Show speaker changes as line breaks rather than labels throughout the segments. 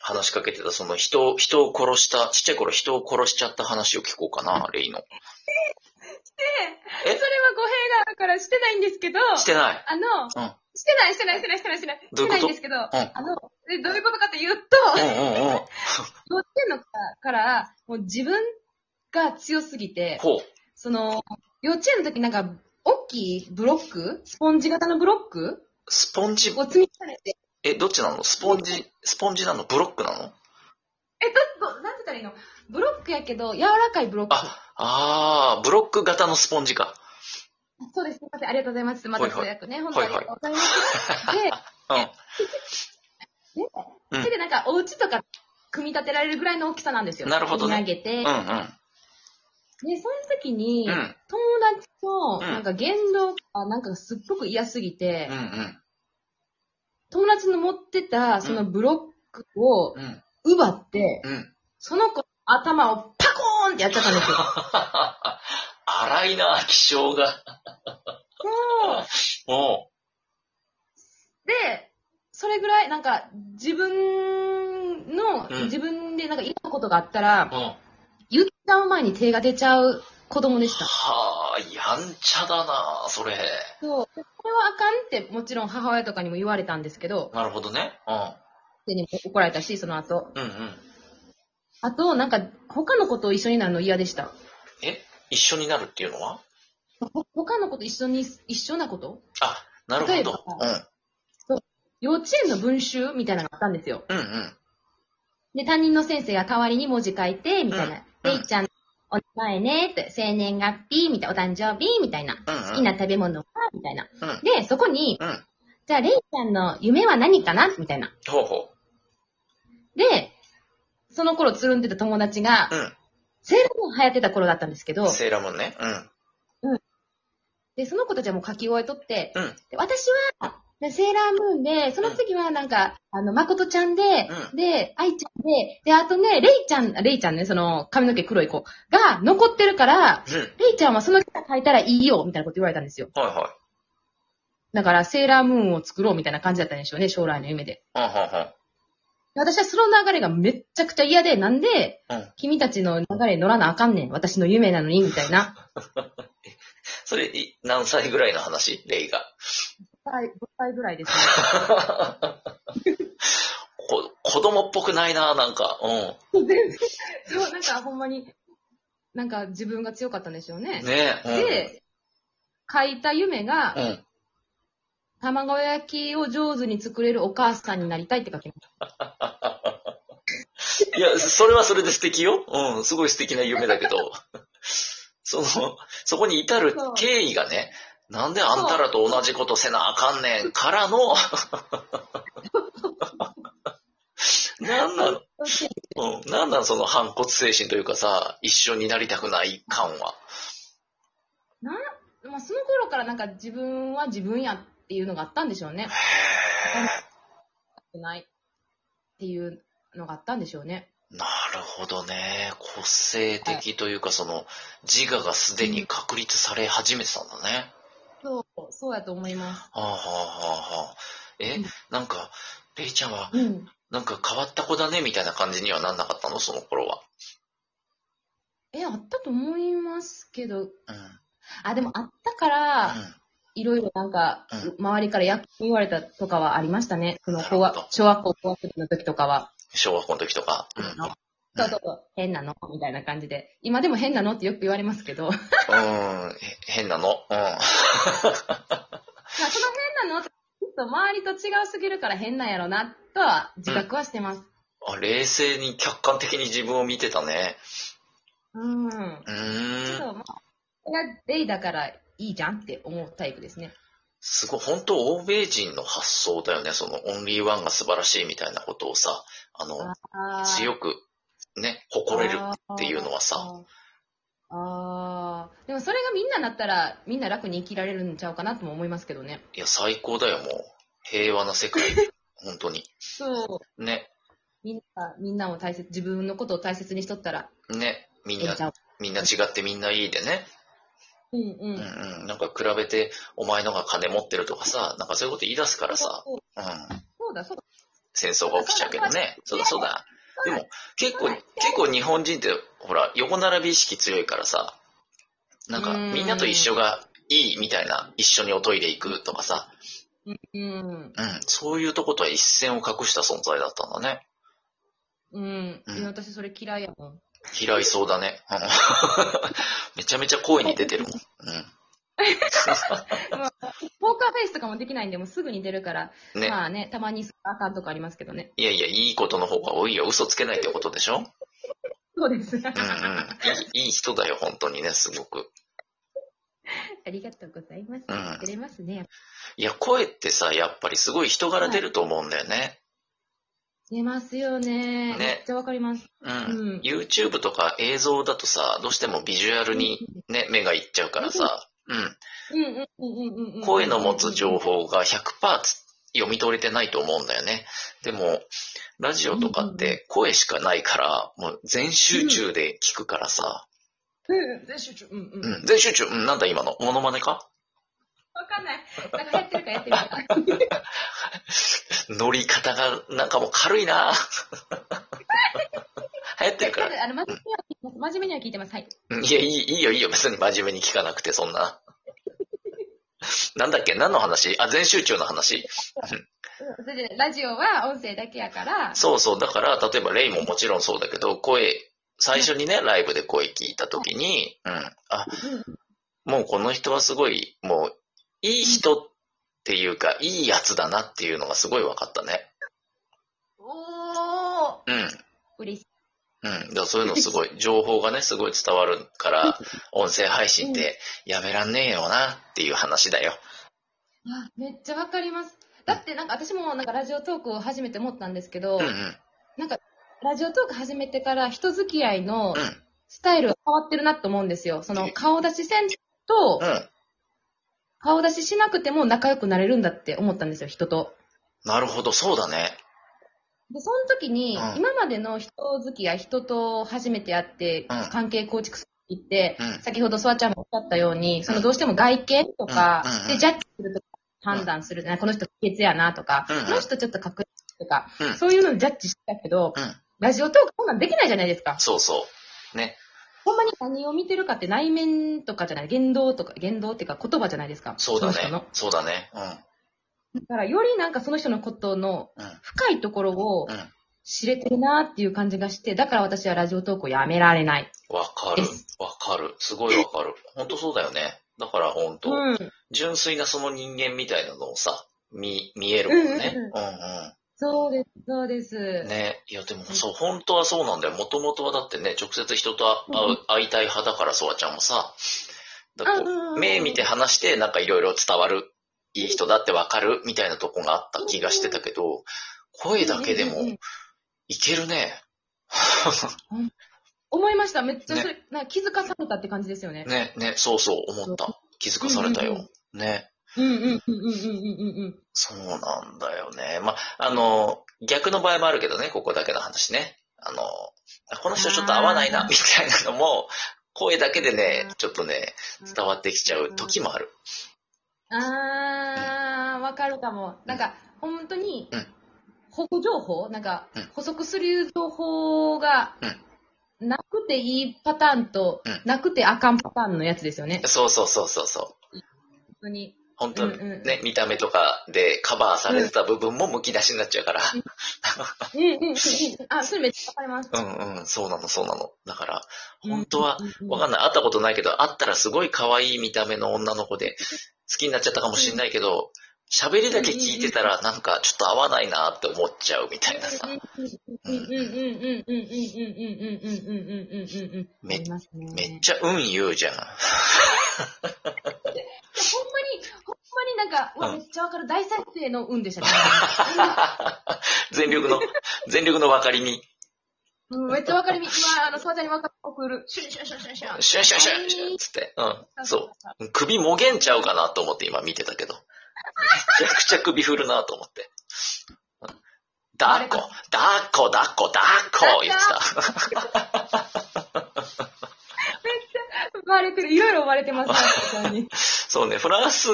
話しかけてた、その人を、人を殺した、ちっちゃい頃人を殺しちゃった話を聞こうかな、レイの。
それは語弊があるからしてないんですけど、
してない。
あの、
うん
してない、してない、してない、してない、してない、
どうい
し
うこと
てないんですけど、
ん
あの、えどういうことかというと、
うんうんうん。
幼稚園のから、もう自分が強すぎて、
ほう。
その、幼稚園の時なんか、大きいブロックスポンジ型のブロック
スポンジ、
を積み重ねて、
え、どっちなのスポンジ、スポンジなのブロックなの
え、ど、ど、なんて言ったらいいのブロックやけど、柔らかいブロック。
あ、あー、ブロック型のスポンジか。
そうです。すみません。ありがとうございます。また通訳ね。本当にありがとうございます。
う
で、
ん
手でなんか、お家とか組み立てられるぐらいの大きさなんですよ。
なるほどね
投げて。
うん、
で
う
その
ん。
時に、
うん。う
友
ん
達と、なんか言動が、なんかすっごく嫌すぎて、
うん。
友達の持ってた、そのブロックを
うん。
奪って、
うん。
その子の頭をパコーンってやっちゃったんですよ。
荒いな、気性が。
そう。
おう。
で、それぐらい、なんか、自分の、
うん
自分でなんか嫌なことがあったら、
うん。
言っちゃう前に手が出ちゃう子供でした。
はあ、やんちゃだな、それ。
そう。これはあかんって、もちろん母親とかにも言われたんですけど、
なるほどね。
でにも怒られたし、その後。
うん。うんうん。
あと、なんか、他の子と一緒になるの嫌でした。
え一緒になるっていうのは
ほ他の子と一緒に、一緒なこと
あ、なるほ
例え
ど
ば。
うん。
幼稚園の文集みたいなのがあったんですよ。
うんうん。
で、担任の先生が代わりに文字書いて、みたいな。
うん
で、いっちゃん、お名前ね、って、生年月日、みたいな、お誕生日、みたいな。
うんうん。
好きな食べ物は、みたいな。
うん
で、そこに、
うん。
じゃあ、レイちゃんの夢は何かなみたいな。
ほうほ
で、その頃つるんでた友達が
う。、う
セーラームーン流行ってた頃だったんですけど
ん。、セーラームーンね。うん。
で、その子たちはもう書き終えとって、
うん。
で私は、でセーラームーンで、その次はなんか、あの、誠ちゃんで、
う
で、愛ちゃんで、で、あとね、レイちゃん、レイちゃんね、その髪の毛黒い子が残ってるから、
うん。
レイちゃんはそのキャラ変えたらいいよ、みたいなこと言われたんですよ。
はいはい。
だから、セーラームーンを作ろうみたいな感じだったんでしょうね、将来の夢で。
うんう
私はその流れがめっちゃくちゃ嫌で、なんで、
んうん。うん。
君たちの流れに乗らなあかんねん。私の夢なのに、みたいな。
それ、い何歳ぐらいの話レイが。
5歳ぐらいですね。
こ子供っぽくないな、なんか。う
全然。そう、なんかほんまに、なんか自分が強かったんでしょうね。
ん。ねえ。
で、書いた夢
うん。
が、
うん。
卵焼きを上手に作れるお母さんになりたいって書きました。
いや、それはそれで素敵よ。うん。すごい素敵な夢だけど。 その、そこに至る経緯がね、なんであんたらと同じことせなあかんねんからの、 なんなの、うん、なんなのその反骨精神というかさ、一緒になりたくない感は。
まあ、その頃からなんか自分は自分やっていうのがあったんでしょうね。ないっていうのがあったんでしょうね。
なるほどね。個性的というか、その、自我がすでに確立され始めてたんだね。
そう、そうやと思います。
はあはあはあはあ。え
うん、
なんか、レイちゃんは、
うん。
なんか変わった子だねみたいな感じにはなんなかったのその頃は。
え、あったと思いますけど、
うん。うん。
あ、でもあったから、いろいろなんか、周りからやっ言われたとかはありましたね。その小
なるほ
学
ど
小学校高学年の時とかは。
小学校の時とか。うん。
あちょっと変なのみたいな感じで。今でも変なのってよく言われますけど。 まあ
うん。へ変なの。う
その変なのって、ちょっと周りと違うすぎるから変なんやろな、とは自覚はしてます。
ん。あ、冷静に客観的に自分を見てたね。
うん。
う
ちょっ
ーん。
とまあ、これがレイだからいいじゃんって思うタイプですね。
すごい、本当欧米人の発想だよね。その、オンリーワンが素晴らしいみたいなことをさ、あの、強く、ね、誇れるっていうのはさ。
あー。あーでもそれがみんななったら、みんな楽に生きられるんちゃうかなとも思いますけどね。
いや、最高だよ、もう。平和な世 界。本当に。
そう。
ね。
みんな、みんなを大切、自分のことを大切にしとったら、
ね、み
え
ん
え
な
ち、ゃう。
みんな違ってみんないいでね。
うんう
うん
ん。
うん。なんか比べて、お前のが金持ってるとかさ、なんかそういうこと言い出すからさ。
そう
うん。
そうだ、そうだ。
戦争が起きちゃうけどね。そうだそうだ。でも、結構、
そう
結構日本人って、ほら、横並び意識強いからさ、なんか、
うん
みんなと一緒がいいみたいな、一緒におトイレ行くとかさ、
うん。
うん、そういうとことは一線を隠した存在だったんだね。
うん。
うん
いや私それ嫌いやもん。
嫌いそうだね。うん めちゃめちゃ声に出てるもん。
ポーカーフェイスとかもできないんで、もうすぐに出るから、
うん。ね。
まあね、たまにスカーカンとかありますけどね。
いやいや、いいことの方が多いよ。嘘つけないってことでしょ
そうです。
うんうん。いい、いい人だよ、本当にね、すごく。
ありがとうございます。
うん
くれますね。
いや、声ってさ、やっぱりすごい人柄出ると思うんだよね。
出ますよ
ね
ねめっちゃわかります。
うん。
うん
YouTube とか映像だとさ、どうしてもビジュアルにね、目がいっちゃうからさ、う
うんうんうんうんうんうん
ん。。声の持つ情報が100%つ読み取れてないと思うんだよね。でも、ラジオとかって声しかないから、もう全集中で聞くからさ、
うん。全集中。うんうん。
うん、全集中、うん、なんだ今の、モノマネか
わかんない。なんかやってるからやってみよう。
乗り方がなんかもう軽いな 流行ってるから。
あの、真面目には聞いてます。真面目には聞いてます。はい。
うんいや、いいいいよ、いいよ。別に真面目に聞かなくて、そんな。なんだっけ何の話あ、全集中の話。
それで、ラジオは音声だけやから、
そうそう。だから、例えば、レイももちろんそうだけど、声、最初にね、ライブで声聞いた時に、うん。あ、もうこの人はすごい、もう、いい人っていうか、いいやつだなっていうのがすごい分かったね。
おー、
うん。
嬉しい。
うん。だからそういうのす ごい、情報がね、すごい伝わるから、音声配信ってやめらんねえよなっていう話だよ。
あめっちゃわかります。だって、なんか私もなんかラジオトークを初めて思ったんですけど、
うんうん。
なんか、ラジオトーク始めてから人付き合いの
うん。
スタイルが変わってるなと思うんですよ。その顔出しせん
う
と、
ん。
顔出ししなくても仲良くなれるんだって思ったんですよ、人と。
なるほど、そうだね。
で、その時に、
うん
今までの人付き合い、人と初めて会って
うん、
関係構築する時って、
うん
先ほどソワちゃんもおっしゃったように、そのどうしても外見とか
うんうんう、ん
で、ジャッジするとか判断する、この人不潔やなとか、
うんうん
この人ちょっと隠すとか、
うん
そういうのをジャッジしてたけど、
うん。
ラジオトークこんなんできないじゃないですか。
そうそう。ね。
ほんまに何を見てるかって内面とかじゃない、言動とか、言動っていうか言葉じゃないですか。
そうだ
その人
ね
の。。
そうだね。
だからよりなんかその人のことの
うん。うん。
深いところを
うん。
知れてるなっていう感じがして、だから私はラジオトークをやめられない。
わかる
で。
わかる。すごいわかる。ほんとそうだよね。だからほんと、
うん。
純粋なその人間みたいなのをさ、見、見えるもんね。
うん
うん
そうです、そうです。
うん。ね。いやでもそう、本当はそうなんだよ。もともとはだってね、直接人と会う、会いたい派だから、ソワちゃんもさ。だからこう
あ
目見て。話して、なんかいろいろ伝わる、いい人だってわかる、みたいなとこがあった気がしてたけど、声だけで
うんうんう
も
ん
いけるね。
思いました。めっちゃそれ、なんか気づかされたって感じですよね。
ね、ね、そうそう、思った。気づかされた
うんうん
よ。ね。
うんうんうんうんうんうんうん。
そうなんだよね。ま、あの、逆の場合もあるけどね、ここだけの話ね。あの、あこの人ちょっと合わない
あ
な、
ー
みたいなのも、声だけでね
あー、
ちょっとね、伝わってきちゃう時もある。
あー、わかるかも。なんか、本当に
うん、
保護情報なんか
うん、
補足する情報が、なくていいパターンと
うん、
なくてあかんパターンのやつですよね。
そうそうそうそうそう。
本当に。
本当に
うんうん
ね、見た目とかでカバーされてた部分もむき出しになっちゃうから。
うんうんうんうん。あ、それめっちゃわかります。
うんうん、そうなの、そうなの。だから、本当は
うんうんうん、
わかんない。会ったことないけど、会ったらすごい可愛い見た目の女の子で、好きになっちゃったかもしれないけど、喋りだけ聞いてたら、なんかちょっと合わないなって思っちゃうみたいなさ。
うんうんうんうんうんうんうんうんうんうんうんうんうんうんうんうん。
め
ありますね
めっちゃ運言うじゃん。
ほんまに、ほんまになんか、うわ
うん
めっちゃわかる。大作生の運でしたね。
全力 の、全力の分かりに、
うん、めっちゃわかるみ。今、あの、そうちゃんにわかる。送る。シュンシュンシュンシュンシュン。
シュンシュンシュンシュンっつって。うん、そう。首もげんちゃうかなと思って今見てたけど。めちゃくちゃ首振るなと思って。だっこ、だっこ、だっこ、だっこ言ってた。
生まれてる。いろいろ生まれてますね、確かに。
そうね、フランス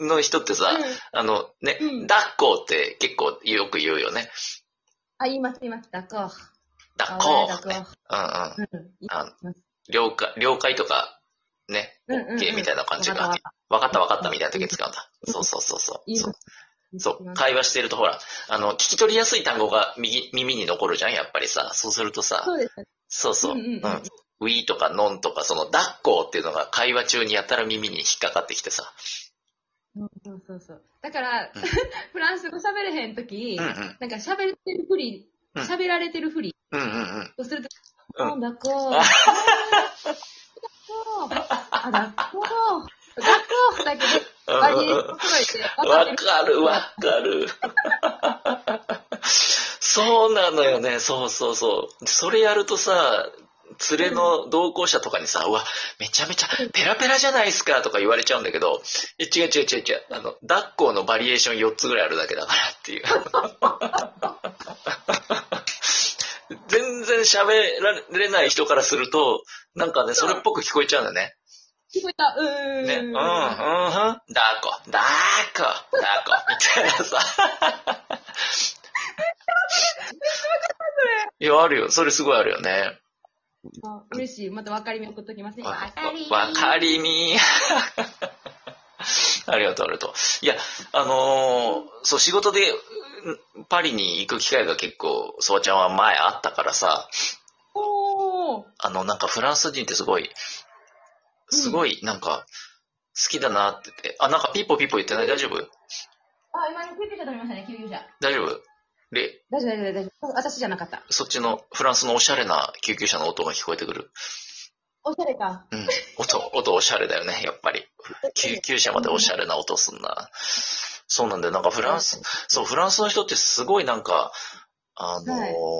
の人ってさ、
うん
あのね、
うん
抱っこって結構よく言うよね。
あ、言います、言います。抱こう。
抱っ
あ
こ
抱
ね。
こ
うんうん。
う。うん。
あの
ます
了解、了解とか、ね、
うんうんうん
OK みたいな感じ
わか
が
っ、
わかったわかったみたいな時に使うんだ。そうそうそうそう。
言い
そ
ま
う
す。言います
そう。会話してるとほら、あの、聞き取りやすい単語が右耳に残るじゃん、やっぱりさ。そうするとさ、
そうですね。
そうそう。
う
うん
うんうん
ん。ウィーとかノンとか、その抱っこっていうのが会話中にやたら耳に引っかかってきてさ。
そうそうそう。だから、
うん
フランス語喋れへんとき、
うんう
な
ん。
んか喋ってるふり、
うん
喋られてるふり
うんうんうん。
をすると、
うん
あ抱こ う。
あ
抱こう。あ抱こう。抱こうだけで、バリエーション揃えて、
わ
る。
かるわかる。そうなのよね。そうそうそう。それやるとさ、連れの同行者とかにさ、うわ、めちゃめちゃペラペラじゃないですかとか言われちゃうんだけど、え違う違う違う違う。あの、抱っこのバリエーション4つぐらいあるだけだからっていう。全然喋られない人からすると、なんかね、それっぽく聞こえちゃうんだよね。
聞こえた。うーん。
ね、うん、うん、うん、抱っこ、抱っこ、抱っこ、みたいなさ。いや、あるよ。それすごいあるよね。
あ嬉しい。また分かりみ送っときますね。
わ
分かりみ。
わかりみ。 ありがとう、ありがとう。いや、あのーそう、仕事でうんパリに行く機会が結構、そうちゃんは前あったからさ、
おー。
あの、なんかフランス人ってすごい、すごい、なんか、好きだなって言って、あ、なんかピーポーピーポー言ってない大丈夫
あ、今ね、救急車取りましたね、救急車。
大丈夫で、
大丈夫、大丈夫、大丈夫。私じゃなかった。
そっちのフランスのおしゃれな救急車の音が聞こえてくる。
おしゃれか。
うん。音、音おしゃれだよね、やっぱり。救急車までおしゃれな音すんな。そうなんだよ。なんかフランス、そう、フランスの人ってすごいなんか、あのー
はい